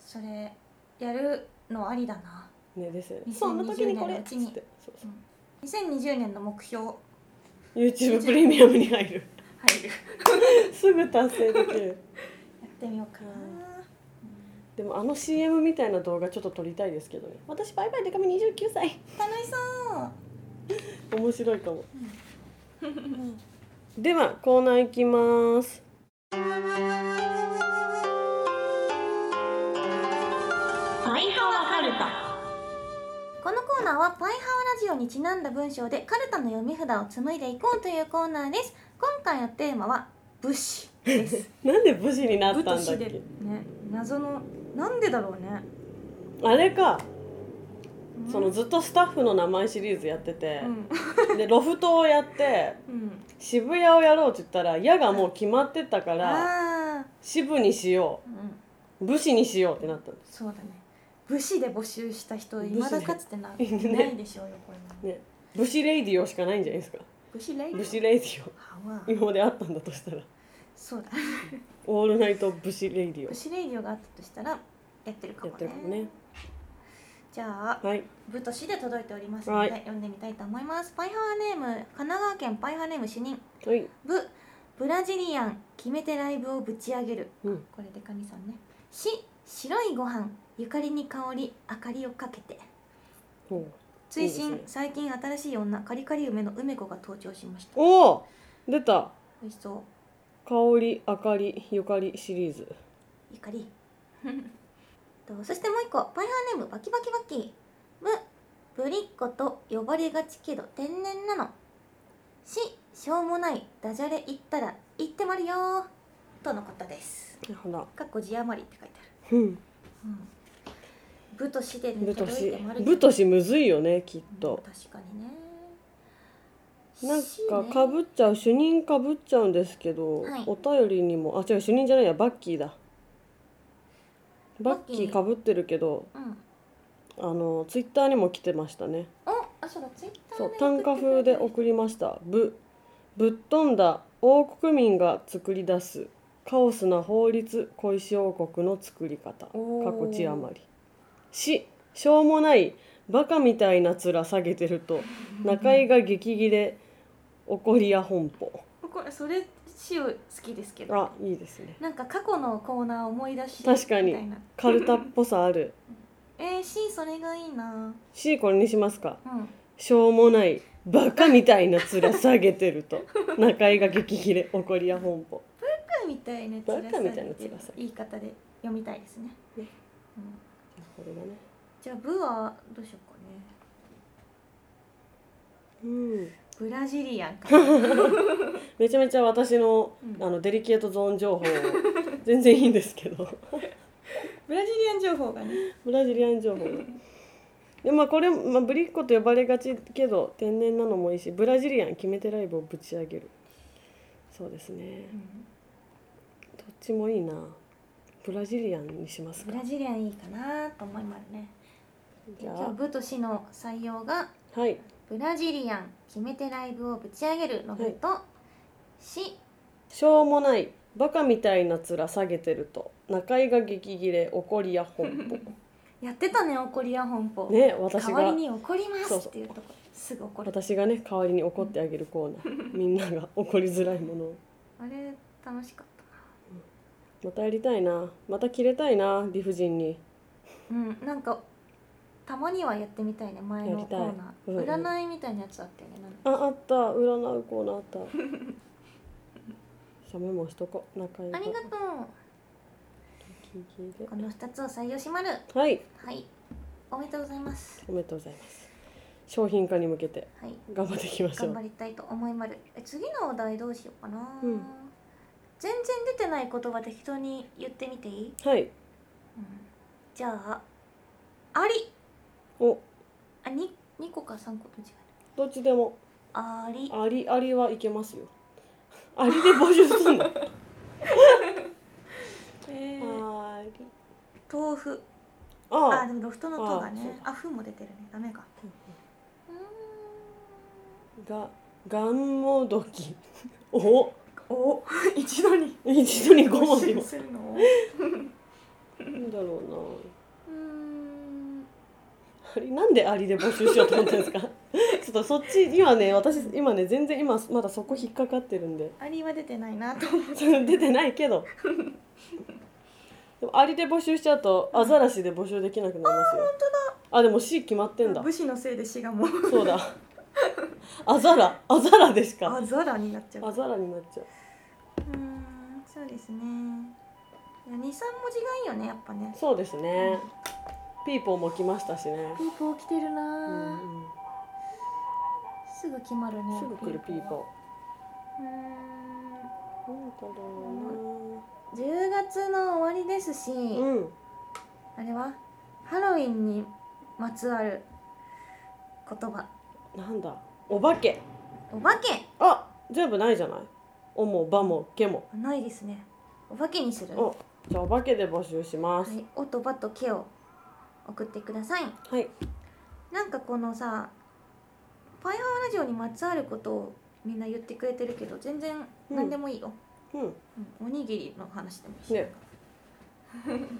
[SPEAKER 4] それやるのありだな
[SPEAKER 1] ねですよね
[SPEAKER 4] 2020
[SPEAKER 1] そんな時にこれ
[SPEAKER 4] 年の
[SPEAKER 1] っ
[SPEAKER 4] うちに
[SPEAKER 1] つってそうそう
[SPEAKER 4] 2020年の目標
[SPEAKER 1] YouTube プレミアムに入る
[SPEAKER 4] 入る
[SPEAKER 1] すぐ達成できる
[SPEAKER 4] やってみようかな、
[SPEAKER 1] でもあの CM みたいな動画ちょっと撮りたいですけどね私バイバイデカミ29歳
[SPEAKER 4] 楽しそう
[SPEAKER 1] 面白いかも、ではコーナーいきます
[SPEAKER 4] このコーナーはパイハワラジオにちなんだ文章でカルタの読み札を紡いでいこうというコーナーです今回のテーマは武士です
[SPEAKER 1] なんで武士になっ
[SPEAKER 4] 武
[SPEAKER 1] た
[SPEAKER 4] と
[SPEAKER 1] んだっ
[SPEAKER 4] 士で
[SPEAKER 1] け
[SPEAKER 4] ね謎のなんでだろうね
[SPEAKER 1] あれか
[SPEAKER 4] うん
[SPEAKER 1] そのずっとスタッフの名前シリーズやってて
[SPEAKER 4] う、ん、
[SPEAKER 1] でロフトをやって
[SPEAKER 4] うん、
[SPEAKER 1] 渋谷をやろうって言ったら矢がもう決まってたから
[SPEAKER 4] ああ
[SPEAKER 1] 渋にしよ
[SPEAKER 4] ー、うん、
[SPEAKER 1] う武士にしようってなったんで
[SPEAKER 4] そうだね武士で募集した人いまだかつてな
[SPEAKER 1] 武士で
[SPEAKER 4] いないでしょうよこれ
[SPEAKER 1] すね武士レイディオしかないんじゃないですか
[SPEAKER 4] 武士レイ
[SPEAKER 1] 武士レイディオ
[SPEAKER 4] ハワ
[SPEAKER 1] 今まであったんだとしたら
[SPEAKER 4] そうだ
[SPEAKER 1] オールナイト武士レイディオ
[SPEAKER 4] 武士レイディオがあったとしたらやってるか
[SPEAKER 1] や
[SPEAKER 4] も
[SPEAKER 1] って
[SPEAKER 4] ね
[SPEAKER 1] るかもね
[SPEAKER 4] じゃあ
[SPEAKER 1] はい
[SPEAKER 4] 部と市で届いておりますので、
[SPEAKER 1] はい
[SPEAKER 4] 読んでみたいと思いますパイハワネーム神奈川県パイハワネーム主任
[SPEAKER 1] はい
[SPEAKER 4] 部ブラジリアン決めてライブをぶち上げる、
[SPEAKER 1] うん
[SPEAKER 4] これで神さんねし白いご飯ゆかりに香り明かりをかけて
[SPEAKER 1] ほう
[SPEAKER 4] 追
[SPEAKER 1] いい
[SPEAKER 4] 伸、
[SPEAKER 1] ですね
[SPEAKER 4] 最近新しい女カリカリ梅の梅子が登場しました
[SPEAKER 1] おお出た
[SPEAKER 4] 美味しそう
[SPEAKER 1] 香り明かりゆかりシリーズ
[SPEAKER 4] ゆかり とそしてもう一個パイハーネームバキバキバキむぶりっ子と呼ばれがちけど天然なのししょうもないダジャレ言ったら言ってまるよーとのことです
[SPEAKER 1] ほら
[SPEAKER 4] かっこ字余りって書いてある
[SPEAKER 1] うん
[SPEAKER 4] ぶとしで
[SPEAKER 1] ぶ
[SPEAKER 4] ね
[SPEAKER 1] と
[SPEAKER 4] 届い
[SPEAKER 1] して
[SPEAKER 4] まるよ
[SPEAKER 1] ぶとしむずいよねきっ
[SPEAKER 4] うん
[SPEAKER 1] と
[SPEAKER 4] 確かにね
[SPEAKER 1] なん
[SPEAKER 4] しね
[SPEAKER 1] かかぶっちゃう主任かぶっちゃうんですけど、
[SPEAKER 4] はい
[SPEAKER 1] お便りにもあ違う主任じゃないやバッキーだバ
[SPEAKER 4] バ
[SPEAKER 1] ッ
[SPEAKER 4] ッ
[SPEAKER 1] キ
[SPEAKER 4] キー
[SPEAKER 1] ーかぶってるけど
[SPEAKER 4] うん
[SPEAKER 1] あのツイッターにも来てましたね
[SPEAKER 4] おあそうだツイッター
[SPEAKER 1] そう
[SPEAKER 4] で
[SPEAKER 1] 短歌風
[SPEAKER 4] 送ってくれて
[SPEAKER 1] で
[SPEAKER 4] る
[SPEAKER 1] 送りましたぶぶっ飛んだ王国民が作り出すカオスな法律小石王国の作り方過
[SPEAKER 4] おー
[SPEAKER 1] 去地余りししょうもないバカみたいな面下げて ると中井が激切れ怒りや本舗
[SPEAKER 4] これそれしを好きですけど
[SPEAKER 1] あいいですね
[SPEAKER 4] なんか過去のコーナーを思い出して
[SPEAKER 1] 確かに
[SPEAKER 4] みたいな
[SPEAKER 1] カルタっぽさある
[SPEAKER 4] えー、C それがいいな
[SPEAKER 1] C これにしますか
[SPEAKER 4] うん
[SPEAKER 1] しょうもないバカみたいな面下げてると 中井が激切れ怒りや本舗
[SPEAKER 4] みたいな
[SPEAKER 1] バカみたいな
[SPEAKER 4] 辛
[SPEAKER 1] 辛
[SPEAKER 4] さ
[SPEAKER 1] さ
[SPEAKER 4] 言い方で読みたいですね
[SPEAKER 1] ね
[SPEAKER 4] うん
[SPEAKER 1] これだね
[SPEAKER 4] じゃあブはどうしようかね
[SPEAKER 1] うん
[SPEAKER 4] ブラジリアン かな
[SPEAKER 1] めちゃめちゃ私の,、
[SPEAKER 4] うん
[SPEAKER 1] あのデリケートゾーン情報全然いいんですけ ど
[SPEAKER 4] ブラジリアン情報がね
[SPEAKER 1] ブラジリアン情報でまあこれ、まあ、ブリッコと呼ばれがちけど天然なのもいいしブラジリアン決め手ライブをぶち上げるそうですねどっちもいいなブラジリアンにします
[SPEAKER 4] ブ
[SPEAKER 1] か
[SPEAKER 4] ラジリアンいいかなと思いますね
[SPEAKER 1] じゃ
[SPEAKER 4] 今日
[SPEAKER 1] あ
[SPEAKER 4] ブとシの採用が
[SPEAKER 1] はい
[SPEAKER 4] ブラジリアン決め手ライブをぶち上げるの部と、し
[SPEAKER 1] しょうもないバカみたいな面下げてると中井が激切れ怒りや本
[SPEAKER 4] やってたね怒りや本舗、
[SPEAKER 1] 舗ね私
[SPEAKER 4] 代わり
[SPEAKER 1] が
[SPEAKER 4] に怒りま
[SPEAKER 1] そ
[SPEAKER 4] す
[SPEAKER 1] うそう
[SPEAKER 4] っていうとこすぐ怒る
[SPEAKER 1] 私がね代わりに怒ってあげるコーナーみんなが 怒りづらいものを
[SPEAKER 4] あれ楽しかった
[SPEAKER 1] またやりたいなまた切れたいな理不尽に
[SPEAKER 4] うん、なんかたまにはやってみたいね前のコーナ
[SPEAKER 1] やりたい
[SPEAKER 4] ー、
[SPEAKER 1] うん
[SPEAKER 4] 占いみたいなやつあったよねなんだっ
[SPEAKER 1] ああった占うコーナーあった 写メモしとこ中井
[SPEAKER 4] けありがと
[SPEAKER 1] 激切
[SPEAKER 4] うこの2つを採用しまる
[SPEAKER 1] れはい
[SPEAKER 4] はいおめでとうございます
[SPEAKER 1] おめでとうございます商品化に向けて
[SPEAKER 4] はい
[SPEAKER 1] 頑張っていきましょ
[SPEAKER 4] 頑
[SPEAKER 1] う
[SPEAKER 4] 張りたいと思いまるえ次のお題どうしようかな、
[SPEAKER 1] うん
[SPEAKER 4] 全然出てない言葉適当に言ってみていい、
[SPEAKER 1] はい
[SPEAKER 4] うん、じゃああり
[SPEAKER 1] お
[SPEAKER 4] あに2個か3個と違う
[SPEAKER 1] どっちでも
[SPEAKER 4] あり
[SPEAKER 1] ありありはいけますよ ありで募集すんの
[SPEAKER 4] えー
[SPEAKER 1] あり
[SPEAKER 4] 豆腐あ
[SPEAKER 1] あ
[SPEAKER 4] でもロフトの「と」がね
[SPEAKER 1] あ
[SPEAKER 4] あふも出てるねダメかうーん
[SPEAKER 1] ががんもどき お
[SPEAKER 4] お一度に
[SPEAKER 1] 一度に5文字
[SPEAKER 4] 募
[SPEAKER 1] も
[SPEAKER 4] 集するの
[SPEAKER 1] なんだろうな
[SPEAKER 4] うーん
[SPEAKER 1] あれなんでアリで募集しようと思ったんですか ちょっとそっち今ね私今ね全然今まだそこ引っかかってるんで
[SPEAKER 4] アリは出てないなと思って
[SPEAKER 1] 出てないけどでもアリで募集しちゃうとアザラシで募集できなくなりますよあでも C 決まってんだ
[SPEAKER 4] 武士のせいで死がもう
[SPEAKER 1] そうだアザラアザラでしか
[SPEAKER 4] あざらになっちゃう
[SPEAKER 1] アザラになっちゃう
[SPEAKER 4] うーんそうですねいや23文字がいいよねやっぱね
[SPEAKER 1] そうですねピーポーも来ましたしね
[SPEAKER 4] ピーポー来てる
[SPEAKER 1] う
[SPEAKER 4] な、
[SPEAKER 1] んうん
[SPEAKER 4] すぐ決まるね
[SPEAKER 1] すぐ来るピーポ
[SPEAKER 4] ーうーん
[SPEAKER 1] ーなんだろ
[SPEAKER 4] 10月の終わりですし、
[SPEAKER 1] うなうん
[SPEAKER 4] あれはハロウィンにまつわる言葉
[SPEAKER 1] なんだお化け
[SPEAKER 4] お化け
[SPEAKER 1] あ全部ないじゃないおもばもけも
[SPEAKER 4] ないですねお化けにするは
[SPEAKER 1] おじゃあお化けで募集します
[SPEAKER 4] い「お」と「ば」と「け」を送ってください
[SPEAKER 1] はい
[SPEAKER 4] なんかこのさパイハワラジオにまつわることをみんな言ってくれてるけど全然
[SPEAKER 1] うん
[SPEAKER 4] 何でもいいよ、
[SPEAKER 1] うん
[SPEAKER 4] うんおにぎりの話でもいいし、
[SPEAKER 1] ね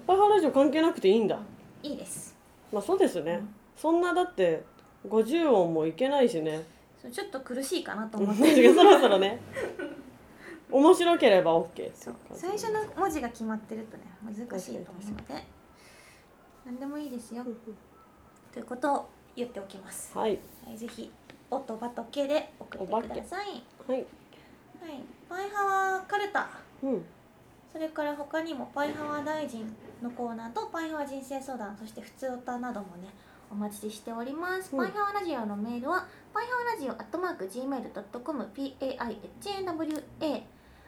[SPEAKER 1] パイハラジオ関係なくていいんだ
[SPEAKER 4] いいです
[SPEAKER 1] まあそうですね、
[SPEAKER 4] うん
[SPEAKER 1] そんなだって50音もいけないしね
[SPEAKER 4] そうちょっと苦しいかなと思 っ
[SPEAKER 1] 私
[SPEAKER 4] て
[SPEAKER 1] がそろそろね面白ければ OK っていう
[SPEAKER 4] そう
[SPEAKER 1] 感じ
[SPEAKER 4] 最初の文字が決まってるとね難しいと思う
[SPEAKER 1] 確か
[SPEAKER 4] ので何でもいいですよ
[SPEAKER 1] うん
[SPEAKER 4] ということを言っておきます、
[SPEAKER 1] はい
[SPEAKER 4] はい、ぜひ「お」と「ば」と「け」で送ってください
[SPEAKER 1] はい
[SPEAKER 4] はい、パイハワカルタ
[SPEAKER 1] うん
[SPEAKER 4] それから他にもパイハワ大臣のコーナーとパイハワ人生相談そして普通歌などもねお待ちしております、
[SPEAKER 1] うん
[SPEAKER 4] パイハワラジオのメールはパイハワラジオアットマーク Gmail.com PAIHAWARADIO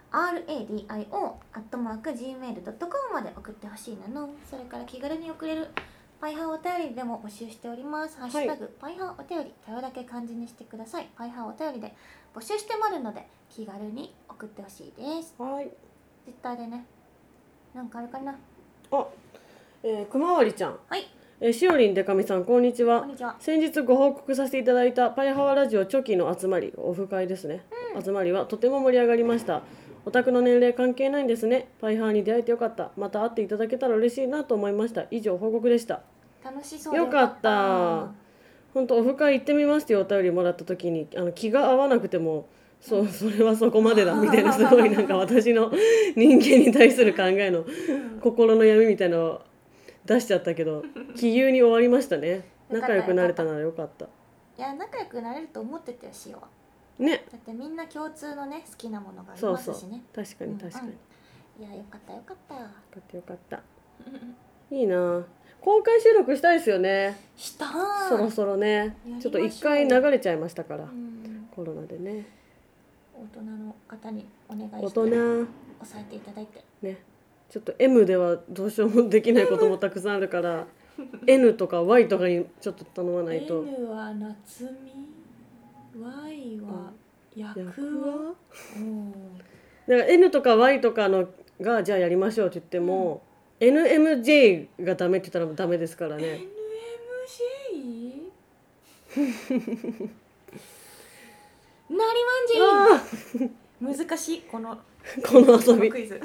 [SPEAKER 4] アットマーク Gmail.com まで送ってほしいなのそれから気軽に送れるパイハワお便りでも募集しております、ハッシュタグパイハワお便り頼だけ漢字にしてくださいパイハワお便りで募集してまるので気軽に送ってほしいです
[SPEAKER 1] はい
[SPEAKER 4] ツイッターでねなんかあるかな
[SPEAKER 1] あえー、くまわりちゃん、
[SPEAKER 4] はい
[SPEAKER 1] えー、しおりんでかみさんこんにちは
[SPEAKER 4] こんにちは
[SPEAKER 1] 先日ご報告させていただいたパイハワラジオチョキの集まりオフ会ですね、集まりはとても盛り上がりましたオタクの年齢関係ないんですねパイハワに出会えてよかったまた会っていただけたら嬉しいなと思いました以上報告でした
[SPEAKER 4] 楽しそうで
[SPEAKER 1] よかった本当オフ会行ってみますっていうお便りもらった時にあの気が合わなくてもそうそれはそこまでだみたいなすごいなんか私の人間に対する考えの心の闇みたいなのを出しちゃったけど気有に終わりましたね
[SPEAKER 4] よかった
[SPEAKER 1] 仲良くなれたならよかった
[SPEAKER 4] いや仲良くなれると思ってたよしおは
[SPEAKER 1] ね
[SPEAKER 4] だってみんな共通のね好きなものがあり
[SPEAKER 1] そう
[SPEAKER 4] ま
[SPEAKER 1] そ
[SPEAKER 4] す
[SPEAKER 1] う
[SPEAKER 4] しね
[SPEAKER 1] 確か
[SPEAKER 4] う
[SPEAKER 1] に
[SPEAKER 4] ん
[SPEAKER 1] 確かに、
[SPEAKER 4] うんいやよかったよか った
[SPEAKER 1] よかったよかったいいなあ公開収録したいですよね
[SPEAKER 4] した
[SPEAKER 1] そろそろね
[SPEAKER 4] やりましょう
[SPEAKER 1] ちょっと一回流れちゃいましたから、
[SPEAKER 4] うん
[SPEAKER 1] コロナでね
[SPEAKER 4] 大人の方にお願い
[SPEAKER 1] 大
[SPEAKER 4] して
[SPEAKER 1] 人
[SPEAKER 4] 抑えていただいて
[SPEAKER 1] ねちょっと M ではどうしようもできないこともたくさんあるから N とか Y とかにちょっと頼まないと
[SPEAKER 4] N は夏美 Y は役
[SPEAKER 1] 役
[SPEAKER 4] は
[SPEAKER 1] は
[SPEAKER 4] うん
[SPEAKER 1] だから N とか Y とかのがじゃあやりましょうって言っても、NMJ がダメって言ったらダメですからね
[SPEAKER 4] NMJ? なり
[SPEAKER 1] あ
[SPEAKER 4] まんじ難しいこの
[SPEAKER 1] ーこの遊び
[SPEAKER 4] クイズ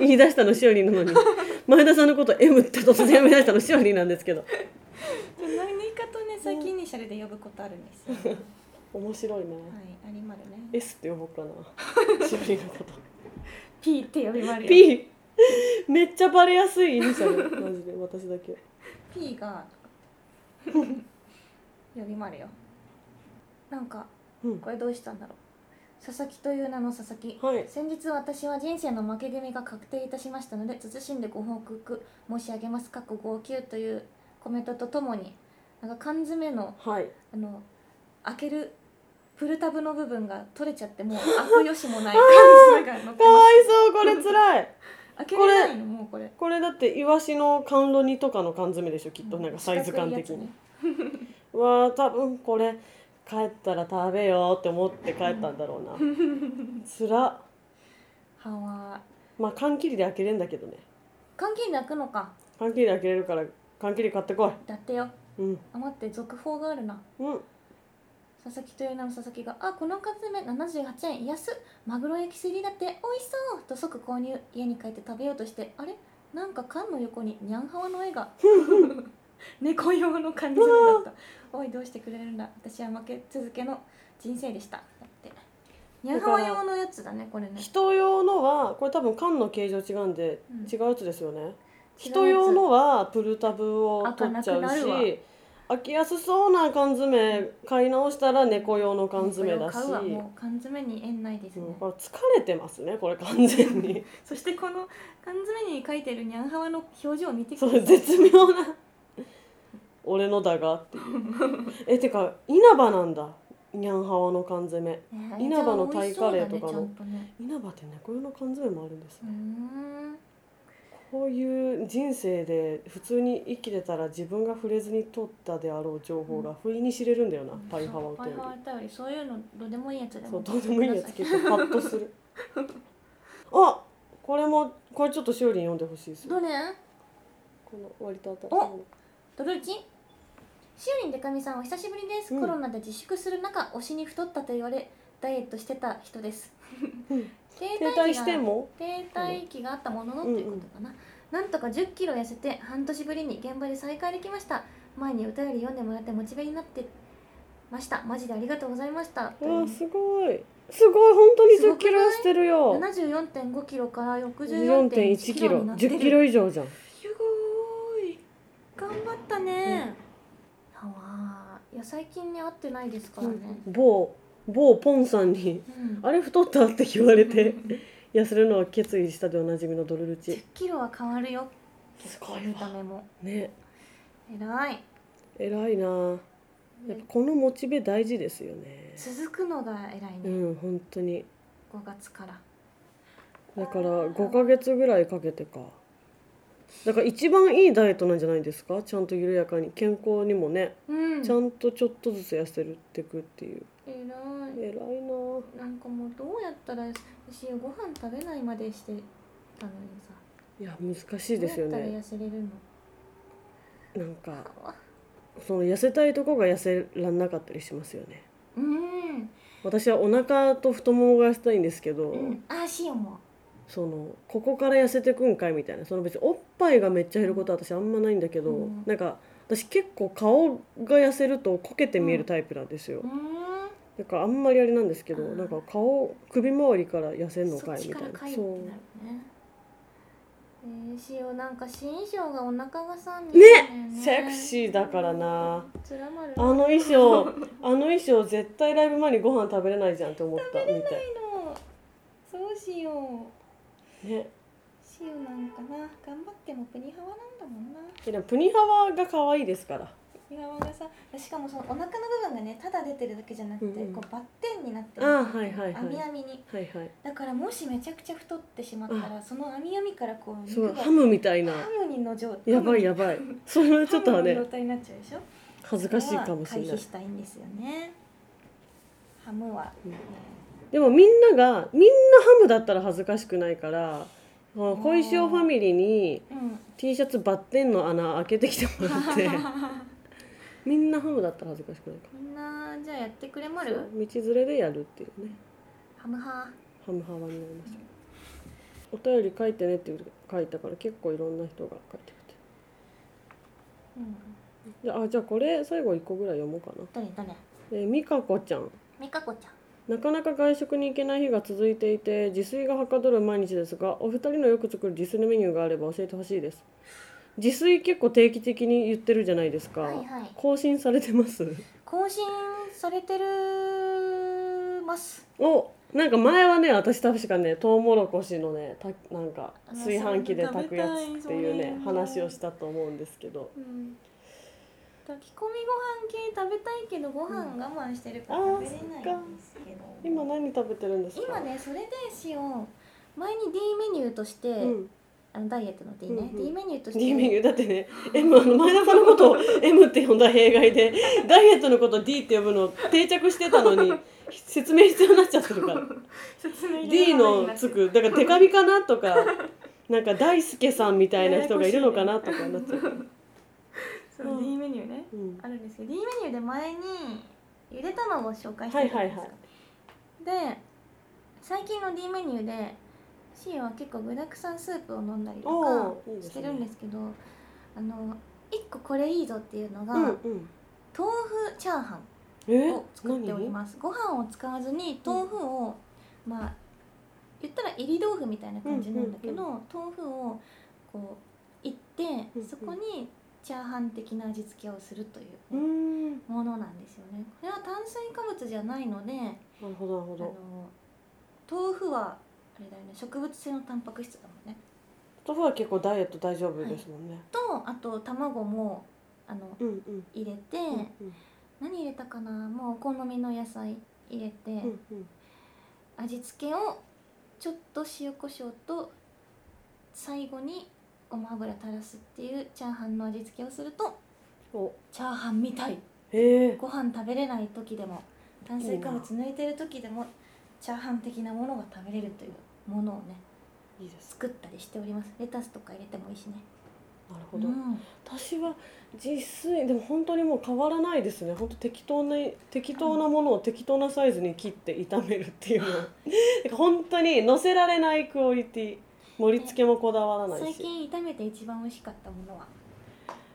[SPEAKER 1] 言い出したのしおりんなのに前田さんのこと M って突然呼び出したのしおりんなんですけど
[SPEAKER 4] 何かとね最近イニシャルで呼ぶことあるんですよ、はい
[SPEAKER 1] 面白いね、
[SPEAKER 4] ありまるね
[SPEAKER 1] S って呼ぼうかなしおりんのこと
[SPEAKER 4] P って呼びまるよ
[SPEAKER 1] P めっちゃバレやすいイニシャルマジで私だけ
[SPEAKER 4] P が 呼びまるよなんか
[SPEAKER 1] うん
[SPEAKER 4] これどうしたんだろう佐々木という名の佐々木、
[SPEAKER 1] はい
[SPEAKER 4] 先日私は人生の負け組が確定いたしましたので慎んでご報告申し上げますかっこ号泣というコメントとともになんか缶詰の
[SPEAKER 1] はい
[SPEAKER 4] あの開けるプルタブの部分が取れちゃってもう開くよしもない缶詰が乗って
[SPEAKER 1] か
[SPEAKER 4] ま
[SPEAKER 1] わ
[SPEAKER 4] す
[SPEAKER 1] いそうこれつらい
[SPEAKER 4] 開けれないのもうこれ
[SPEAKER 1] これだってイワシの甘露煮とかの缶詰でしょきっとなんかサイズ感的
[SPEAKER 4] 四角い
[SPEAKER 1] に
[SPEAKER 4] や
[SPEAKER 1] うわー多分これ帰ったら食べようって思って帰ったんだろうなつらっ
[SPEAKER 4] つねはわ
[SPEAKER 1] まあ缶切りで開けれんだけどね
[SPEAKER 4] 缶切りで開くのか
[SPEAKER 1] 缶切りで開けれるから缶切り買ってこ
[SPEAKER 4] だってよ
[SPEAKER 1] いうん
[SPEAKER 4] あ待って続報があるな
[SPEAKER 1] うん
[SPEAKER 4] 佐々木という名の佐々木が「あこの缶詰78円安マグロ焼きすりだって美味しそう!」と即購入家に帰って食べようとしてあれなんか缶の横にニャンハワの絵が 猫用の缶詰だったおいどうしてくれるんだ私は負け続けの人生でしただってニャンハワ用のやつだねこれね
[SPEAKER 1] 人用のはこれ多分缶の形状違うんで、
[SPEAKER 4] うん
[SPEAKER 1] 違うやつですよね
[SPEAKER 4] つ
[SPEAKER 1] 人用のはプルタブを取っち
[SPEAKER 4] 開か
[SPEAKER 1] ゃう
[SPEAKER 4] なくな
[SPEAKER 1] し
[SPEAKER 4] るわ
[SPEAKER 1] 開きやすそうな缶詰買い直したら猫用の缶詰だし
[SPEAKER 4] これを買うわもう缶詰に縁ないですね、
[SPEAKER 1] うんこれ疲れてますねこれ完全に
[SPEAKER 4] そしてこの缶詰に書いてるニャンハワの表情を見て
[SPEAKER 1] そ
[SPEAKER 4] ださ
[SPEAKER 1] う
[SPEAKER 4] い
[SPEAKER 1] 絶妙な俺のだがっていうえてか稲葉なんだニャンハワの缶詰
[SPEAKER 4] ね
[SPEAKER 1] 稲葉のタイカレー
[SPEAKER 4] じ
[SPEAKER 1] とかの
[SPEAKER 4] ゃあ美味しそうだねちゃんとね
[SPEAKER 1] 稲葉って猫用の缶詰もあるんです
[SPEAKER 4] うー
[SPEAKER 1] ね、
[SPEAKER 4] ん
[SPEAKER 1] こういう人生で普通に生きてたら自分が触れずに取ったであろう情報が不意に知れるんだよな、パイハワ
[SPEAKER 4] そう
[SPEAKER 1] お
[SPEAKER 4] パイ
[SPEAKER 1] 便り
[SPEAKER 4] ハワお便りそういうのどうでもいいやつで
[SPEAKER 1] そ
[SPEAKER 4] も
[SPEAKER 1] うどうでもいいやつ結構パッとす るあこれもこれちょっとしおりん読んでほしいです
[SPEAKER 4] ど
[SPEAKER 1] よ
[SPEAKER 4] れ
[SPEAKER 1] この割と新しいの
[SPEAKER 4] ドルチしおりんでかみさんお久しぶりです、
[SPEAKER 1] うん
[SPEAKER 4] コロナで自粛する中推しに太ったと言われダイエットしてた人です
[SPEAKER 1] うん
[SPEAKER 4] 停
[SPEAKER 1] 停滞しても
[SPEAKER 4] 停滞期があったもののということかな、なんとか1 0キロ痩せて半年ぶりに現場で再会できました前にお便り読んでもらってモチベになってましたマジでありがとうございましたという
[SPEAKER 1] わあすごいすごい本当に
[SPEAKER 4] す
[SPEAKER 1] 1
[SPEAKER 4] ごくな
[SPEAKER 1] 0キ
[SPEAKER 4] い
[SPEAKER 1] ロしてるよ
[SPEAKER 4] 74.5キロから
[SPEAKER 1] 4 1
[SPEAKER 4] 64.1
[SPEAKER 1] キ
[SPEAKER 4] キロ
[SPEAKER 1] ロ
[SPEAKER 4] にな
[SPEAKER 1] 1
[SPEAKER 4] ってる
[SPEAKER 1] 0キロ以上じゃん
[SPEAKER 4] すごい頑張ったね、はわーいや最近ね会ってないですからね、
[SPEAKER 1] 某某ポンさんに
[SPEAKER 4] うん
[SPEAKER 1] 「あれ太った?」って言われて痩せるのは決意したでおなじみのドルル
[SPEAKER 4] 10
[SPEAKER 1] チ
[SPEAKER 4] キロは変わるよ
[SPEAKER 1] すごい
[SPEAKER 4] 見た
[SPEAKER 1] わ
[SPEAKER 4] 目も
[SPEAKER 1] ね
[SPEAKER 4] えらい
[SPEAKER 1] 偉いなやっぱこのモチベ大事ですよね
[SPEAKER 4] 続くのがえらいうね、
[SPEAKER 1] ん本当に
[SPEAKER 4] 5月から
[SPEAKER 1] だから5ヶ月ぐらいかけてかだから一番いいダイエットなんじゃないですかちゃんと緩やかに健康にもね
[SPEAKER 4] うん
[SPEAKER 1] ちゃんとちょっとずつ痩せるってくっていう
[SPEAKER 4] えら
[SPEAKER 1] 偉いない
[SPEAKER 4] なんかもうどうやったら私ご飯食べないまでしてたのにさ
[SPEAKER 1] いや難しいですよ
[SPEAKER 4] どうや
[SPEAKER 1] ね
[SPEAKER 4] ったら痩せれるの
[SPEAKER 1] なんかその痩せたいとこが痩せらんなかったりしますよね
[SPEAKER 4] うん、
[SPEAKER 1] 私はお腹と太ももが痩せたいんですけど、
[SPEAKER 4] うん、あしおも
[SPEAKER 1] そのここから痩せてくんかいみたいなその別におっぱいがめっちゃ減ることは私あんまないんだけど、
[SPEAKER 4] うん
[SPEAKER 1] なんか私結構顔が痩せるとこけて見えるタイプなんですよ、
[SPEAKER 4] うん
[SPEAKER 1] だからあんまりあれなんですけど、
[SPEAKER 4] あー
[SPEAKER 1] なんか顔首周りから痩せんの
[SPEAKER 4] そ
[SPEAKER 1] か
[SPEAKER 4] っ
[SPEAKER 1] い
[SPEAKER 4] ち
[SPEAKER 1] み
[SPEAKER 4] か
[SPEAKER 1] た
[SPEAKER 4] ら
[SPEAKER 1] いな
[SPEAKER 4] かいって
[SPEAKER 1] そ
[SPEAKER 4] な
[SPEAKER 1] う
[SPEAKER 4] るねえー、しおなんか新衣装がお腹がさんで
[SPEAKER 1] ねセク
[SPEAKER 4] ー
[SPEAKER 1] シーだからな
[SPEAKER 4] つらまる
[SPEAKER 1] あの衣 装あの衣装絶対ライブ前にご飯食べれないじゃんって思ったみたい
[SPEAKER 4] のそうしよう
[SPEAKER 1] ね
[SPEAKER 4] しおなんかな頑張ってもプニハワなんだもんな
[SPEAKER 1] でもプニハワが可愛いですから
[SPEAKER 4] プニハワがさしかもそのお腹の部分がねただ出てるだけじゃなくて、
[SPEAKER 1] うんうん
[SPEAKER 4] こうバッテンになって
[SPEAKER 1] あ
[SPEAKER 4] る
[SPEAKER 1] ーはいはいは
[SPEAKER 4] 網
[SPEAKER 1] い
[SPEAKER 4] 網に
[SPEAKER 1] はいはい
[SPEAKER 4] だからもしめちゃくちゃ太ってしまったらその網網からこう
[SPEAKER 1] すごい
[SPEAKER 4] 肉が
[SPEAKER 1] ハムみたいな
[SPEAKER 4] ハムにの状
[SPEAKER 1] やばいやばいそれはちょっとは
[SPEAKER 4] ハム
[SPEAKER 1] ね
[SPEAKER 4] の状態になっちゃうでしょ
[SPEAKER 1] 恥ずかしいかもしれな
[SPEAKER 4] 回避
[SPEAKER 1] い
[SPEAKER 4] したいんですよねハムは、
[SPEAKER 1] うん
[SPEAKER 4] ね
[SPEAKER 1] でもみんながみんなハムだったら恥ずかしくないからこの小石尾ファミリーに
[SPEAKER 4] うん
[SPEAKER 1] T シャツバッテンの穴開けてきてもら ってみんなハムだったら恥ずかしくないか
[SPEAKER 4] みんなじゃあやってくれま
[SPEAKER 1] ら
[SPEAKER 4] る
[SPEAKER 1] 道連れでやるっていうね
[SPEAKER 4] ハム派
[SPEAKER 1] ハムハワになりましたお便り書いてねって書いたから結構いろんな人が書いてく
[SPEAKER 4] うん
[SPEAKER 1] れてであじゃあこれ最後1個ぐらい読もうかな
[SPEAKER 4] どれどれ
[SPEAKER 1] えー、みかこちゃん
[SPEAKER 4] みかこちゃん
[SPEAKER 1] なかなか外食に行けない日が続いていて自炊がはかどる毎日ですがお二人のよく作る自炊のメニューがあれば教えてほしいです自炊結構定期的に言ってるじゃないですか、
[SPEAKER 4] はいはい
[SPEAKER 1] 更新されてます
[SPEAKER 4] 更新されてるます
[SPEAKER 1] おなんか前はね私確かねトウモロコシのねたなんか
[SPEAKER 4] あの
[SPEAKER 1] 炊飯器で炊くやつっていう
[SPEAKER 4] そう食べたいそ
[SPEAKER 1] ね
[SPEAKER 4] れ
[SPEAKER 1] 話をしたと思うんですけど
[SPEAKER 4] うん炊き込みご飯系食べたいけどご飯我慢してるから
[SPEAKER 1] うんあ
[SPEAKER 4] 食
[SPEAKER 1] ー
[SPEAKER 4] べれないんですけど、
[SPEAKER 1] 今何食べてるんですか
[SPEAKER 4] 今ねそれでしよう前に D メニューとして、
[SPEAKER 1] うん、
[SPEAKER 4] あのダイエットの D ね、
[SPEAKER 1] うんうん
[SPEAKER 4] D メニューとして
[SPEAKER 1] D メニューだってね M あの前田さんのことを M って呼んだ弊害でダイエットのことを D って呼ぶの定着してたのに説明必要になっちゃってるから D のつくだからデカビかなとかなんか大輔さんみたいな人がいるのかなとかなっちゃう、
[SPEAKER 4] そう
[SPEAKER 1] うん
[SPEAKER 4] D メニューね
[SPEAKER 1] うん、
[SPEAKER 4] あるんですけど D メニューで前にゆで卵を紹介してた
[SPEAKER 1] はい
[SPEAKER 4] じゃな
[SPEAKER 1] はいい
[SPEAKER 4] ですか、
[SPEAKER 1] はい
[SPEAKER 4] で最近の D メニューでシーは結構具だくさんスープを飲んだりと
[SPEAKER 1] お
[SPEAKER 4] か
[SPEAKER 1] ーいいですね
[SPEAKER 4] してるんですけどあの1個これいいぞっていうのが、
[SPEAKER 1] うん
[SPEAKER 4] 豆
[SPEAKER 1] うん
[SPEAKER 4] 腐チャーハン
[SPEAKER 1] え
[SPEAKER 4] を作っておりますご飯を使わずに豆腐を、まあ言ったらえり豆腐みたいな感じなんだけど、
[SPEAKER 1] うんう
[SPEAKER 4] 豆腐をこういって、
[SPEAKER 1] うんうん
[SPEAKER 4] そこにチャーハン的な味付けをするという
[SPEAKER 1] 何う
[SPEAKER 4] ね、
[SPEAKER 1] んな
[SPEAKER 4] ものなんですよねこれは炭水化物じゃないので
[SPEAKER 1] るほどなるほ
[SPEAKER 4] あの
[SPEAKER 1] ど
[SPEAKER 4] 豆腐はあれだよね植物性のタンパク質だもんね
[SPEAKER 1] 豆腐は結構ダイエット大丈夫ですもんね、
[SPEAKER 4] とあと卵もあの
[SPEAKER 1] うんうん
[SPEAKER 4] 入れて、
[SPEAKER 1] うんうん
[SPEAKER 4] 何入れたかなもうお好みの野菜入れて、
[SPEAKER 1] うんうん
[SPEAKER 4] 味付けをちょっと塩コショウと最後にごま油垂らすっていうチャーハンの味付けをすると
[SPEAKER 1] お
[SPEAKER 4] チャーハンみたい
[SPEAKER 1] へえ
[SPEAKER 4] ご飯食べれない時でも炭水化物抜いてる時でもチャーハン的なものが食べれるというものをね
[SPEAKER 1] いいです
[SPEAKER 4] 作ったりしておりますレタスとか入れてもいいしね
[SPEAKER 1] なるほど、
[SPEAKER 4] うん
[SPEAKER 1] 私は実炊でも本当にもう変わらないですね本当適当な適当なものを適当なサイズに切って炒めるっていうのなんか 本当に乗せられないクオリティ盛り付けもこだわらない
[SPEAKER 4] 最
[SPEAKER 1] し
[SPEAKER 4] 近炒めて一番美味しかったものは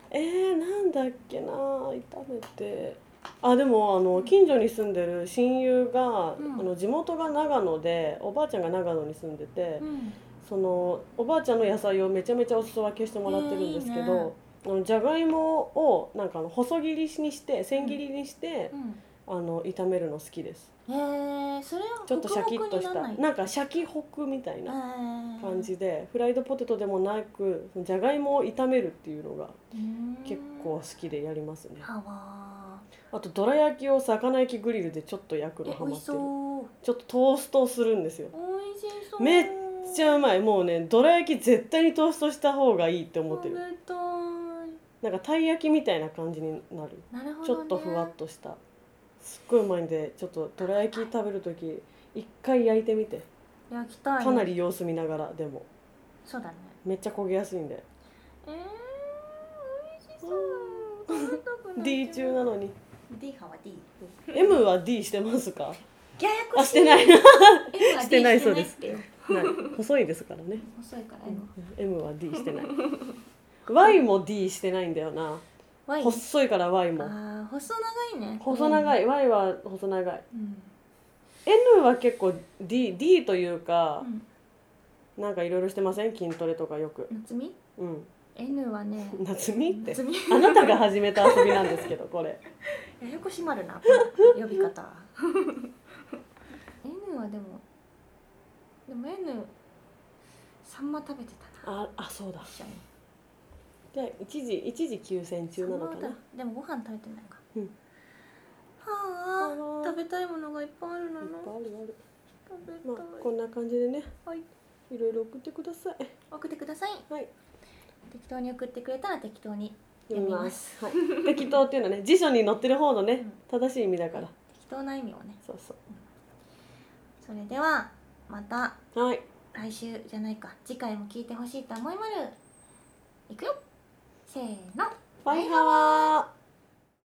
[SPEAKER 1] えー、なんだっけな炒めてあでもあの近所に住んでる親友が、
[SPEAKER 4] うん
[SPEAKER 1] あの地元が長野でおばあちゃんが長野に住んでて、
[SPEAKER 4] うん
[SPEAKER 1] そのおばあちゃんの野菜をめちゃめちゃお裾分けしてもらってるんですけ
[SPEAKER 4] えーいいね
[SPEAKER 1] ど、あのじゃがいもをなんかあの細切りにして千切りにして、あの炒めるの好きです
[SPEAKER 4] うんへえそれは
[SPEAKER 1] ちょっとシャキッとし
[SPEAKER 4] ホクホクになら
[SPEAKER 1] たな
[SPEAKER 4] ない
[SPEAKER 1] んかシャキホクみたいな感
[SPEAKER 4] 感
[SPEAKER 1] じで、フライドポテトでもなくじゃがいもを炒めるっていうのが結構好きでやりますね
[SPEAKER 4] はわ
[SPEAKER 1] あとどら焼きを魚焼きグリルでちょっと焼く
[SPEAKER 4] ー
[SPEAKER 1] の
[SPEAKER 4] え
[SPEAKER 1] ハ
[SPEAKER 4] 美
[SPEAKER 1] マ
[SPEAKER 4] 味
[SPEAKER 1] っ
[SPEAKER 4] してそ
[SPEAKER 1] る
[SPEAKER 4] う
[SPEAKER 1] ちょっとトーストをするんですよ
[SPEAKER 4] 美味しそう
[SPEAKER 1] めっめっちゃうまいもうねどら焼き絶対にトーストした方がいいって思ってる
[SPEAKER 4] 食べたい
[SPEAKER 1] なんかたい焼きみたいな感じになる、
[SPEAKER 4] なるほど、ね、
[SPEAKER 1] ちょっとふわっとしたすっごいうまいんでちょっとどら焼き食べる時一回焼いてみて
[SPEAKER 4] 焼きたいね
[SPEAKER 1] かなり様子見ながらでも
[SPEAKER 4] そうだね
[SPEAKER 1] めっちゃ焦げやすいんで
[SPEAKER 4] えー、美味しそう食べたくなっちゃう
[SPEAKER 1] D 中なのに
[SPEAKER 4] D 派は D
[SPEAKER 1] M は D してますか
[SPEAKER 4] ややこしい
[SPEAKER 1] あしてない
[SPEAKER 4] M
[SPEAKER 1] な
[SPEAKER 4] は D してない
[SPEAKER 1] してないそうです
[SPEAKER 4] ってよ
[SPEAKER 1] い細いですからね
[SPEAKER 4] 細いから、M
[SPEAKER 1] M は D してない Y も D してないんだよな
[SPEAKER 4] ワイン
[SPEAKER 1] 細いから Y も
[SPEAKER 4] あー細長いね
[SPEAKER 1] 細長
[SPEAKER 4] い、
[SPEAKER 1] い Y は細長い
[SPEAKER 4] うん
[SPEAKER 1] N は結構 D, D という
[SPEAKER 4] う
[SPEAKER 1] か、
[SPEAKER 4] ん
[SPEAKER 1] なんかいろいろしてません筋トレとかよく
[SPEAKER 5] 夏美
[SPEAKER 1] うん
[SPEAKER 5] N はね
[SPEAKER 1] 夏みって
[SPEAKER 5] 夏美
[SPEAKER 1] あなたが始めた遊びなんですけどこれ
[SPEAKER 5] ややこしまるなこの呼び方 N はでもでも N サンマ食べてたな
[SPEAKER 1] ああそうだ
[SPEAKER 5] 一緒に
[SPEAKER 1] じゃあ一時一時休戦中なのか
[SPEAKER 4] そんな
[SPEAKER 1] な
[SPEAKER 4] ことでもご飯食べてないか、
[SPEAKER 1] うん
[SPEAKER 4] は
[SPEAKER 1] あ
[SPEAKER 4] あ
[SPEAKER 1] ら
[SPEAKER 4] 食べたいものがいっぱいあるの
[SPEAKER 1] いっぱい
[SPEAKER 4] よ
[SPEAKER 1] あるある
[SPEAKER 4] 食べたい、
[SPEAKER 1] まあこんな感じでね
[SPEAKER 4] はい
[SPEAKER 1] いろいろ送ってください
[SPEAKER 4] 送ってください
[SPEAKER 1] はい
[SPEAKER 4] 適当に送ってくれたら適当に読
[SPEAKER 1] 読み
[SPEAKER 4] み
[SPEAKER 1] ま
[SPEAKER 4] ます
[SPEAKER 1] す、はい、適当っていうのはね辞書に載ってる方のね正しい意味だから
[SPEAKER 4] 適当な意味をね
[SPEAKER 1] そうそ
[SPEAKER 4] それではまた
[SPEAKER 1] うはい
[SPEAKER 4] 来週じゃないか次回も聞いてほしいと思いまるいくよせーの
[SPEAKER 1] バイハワー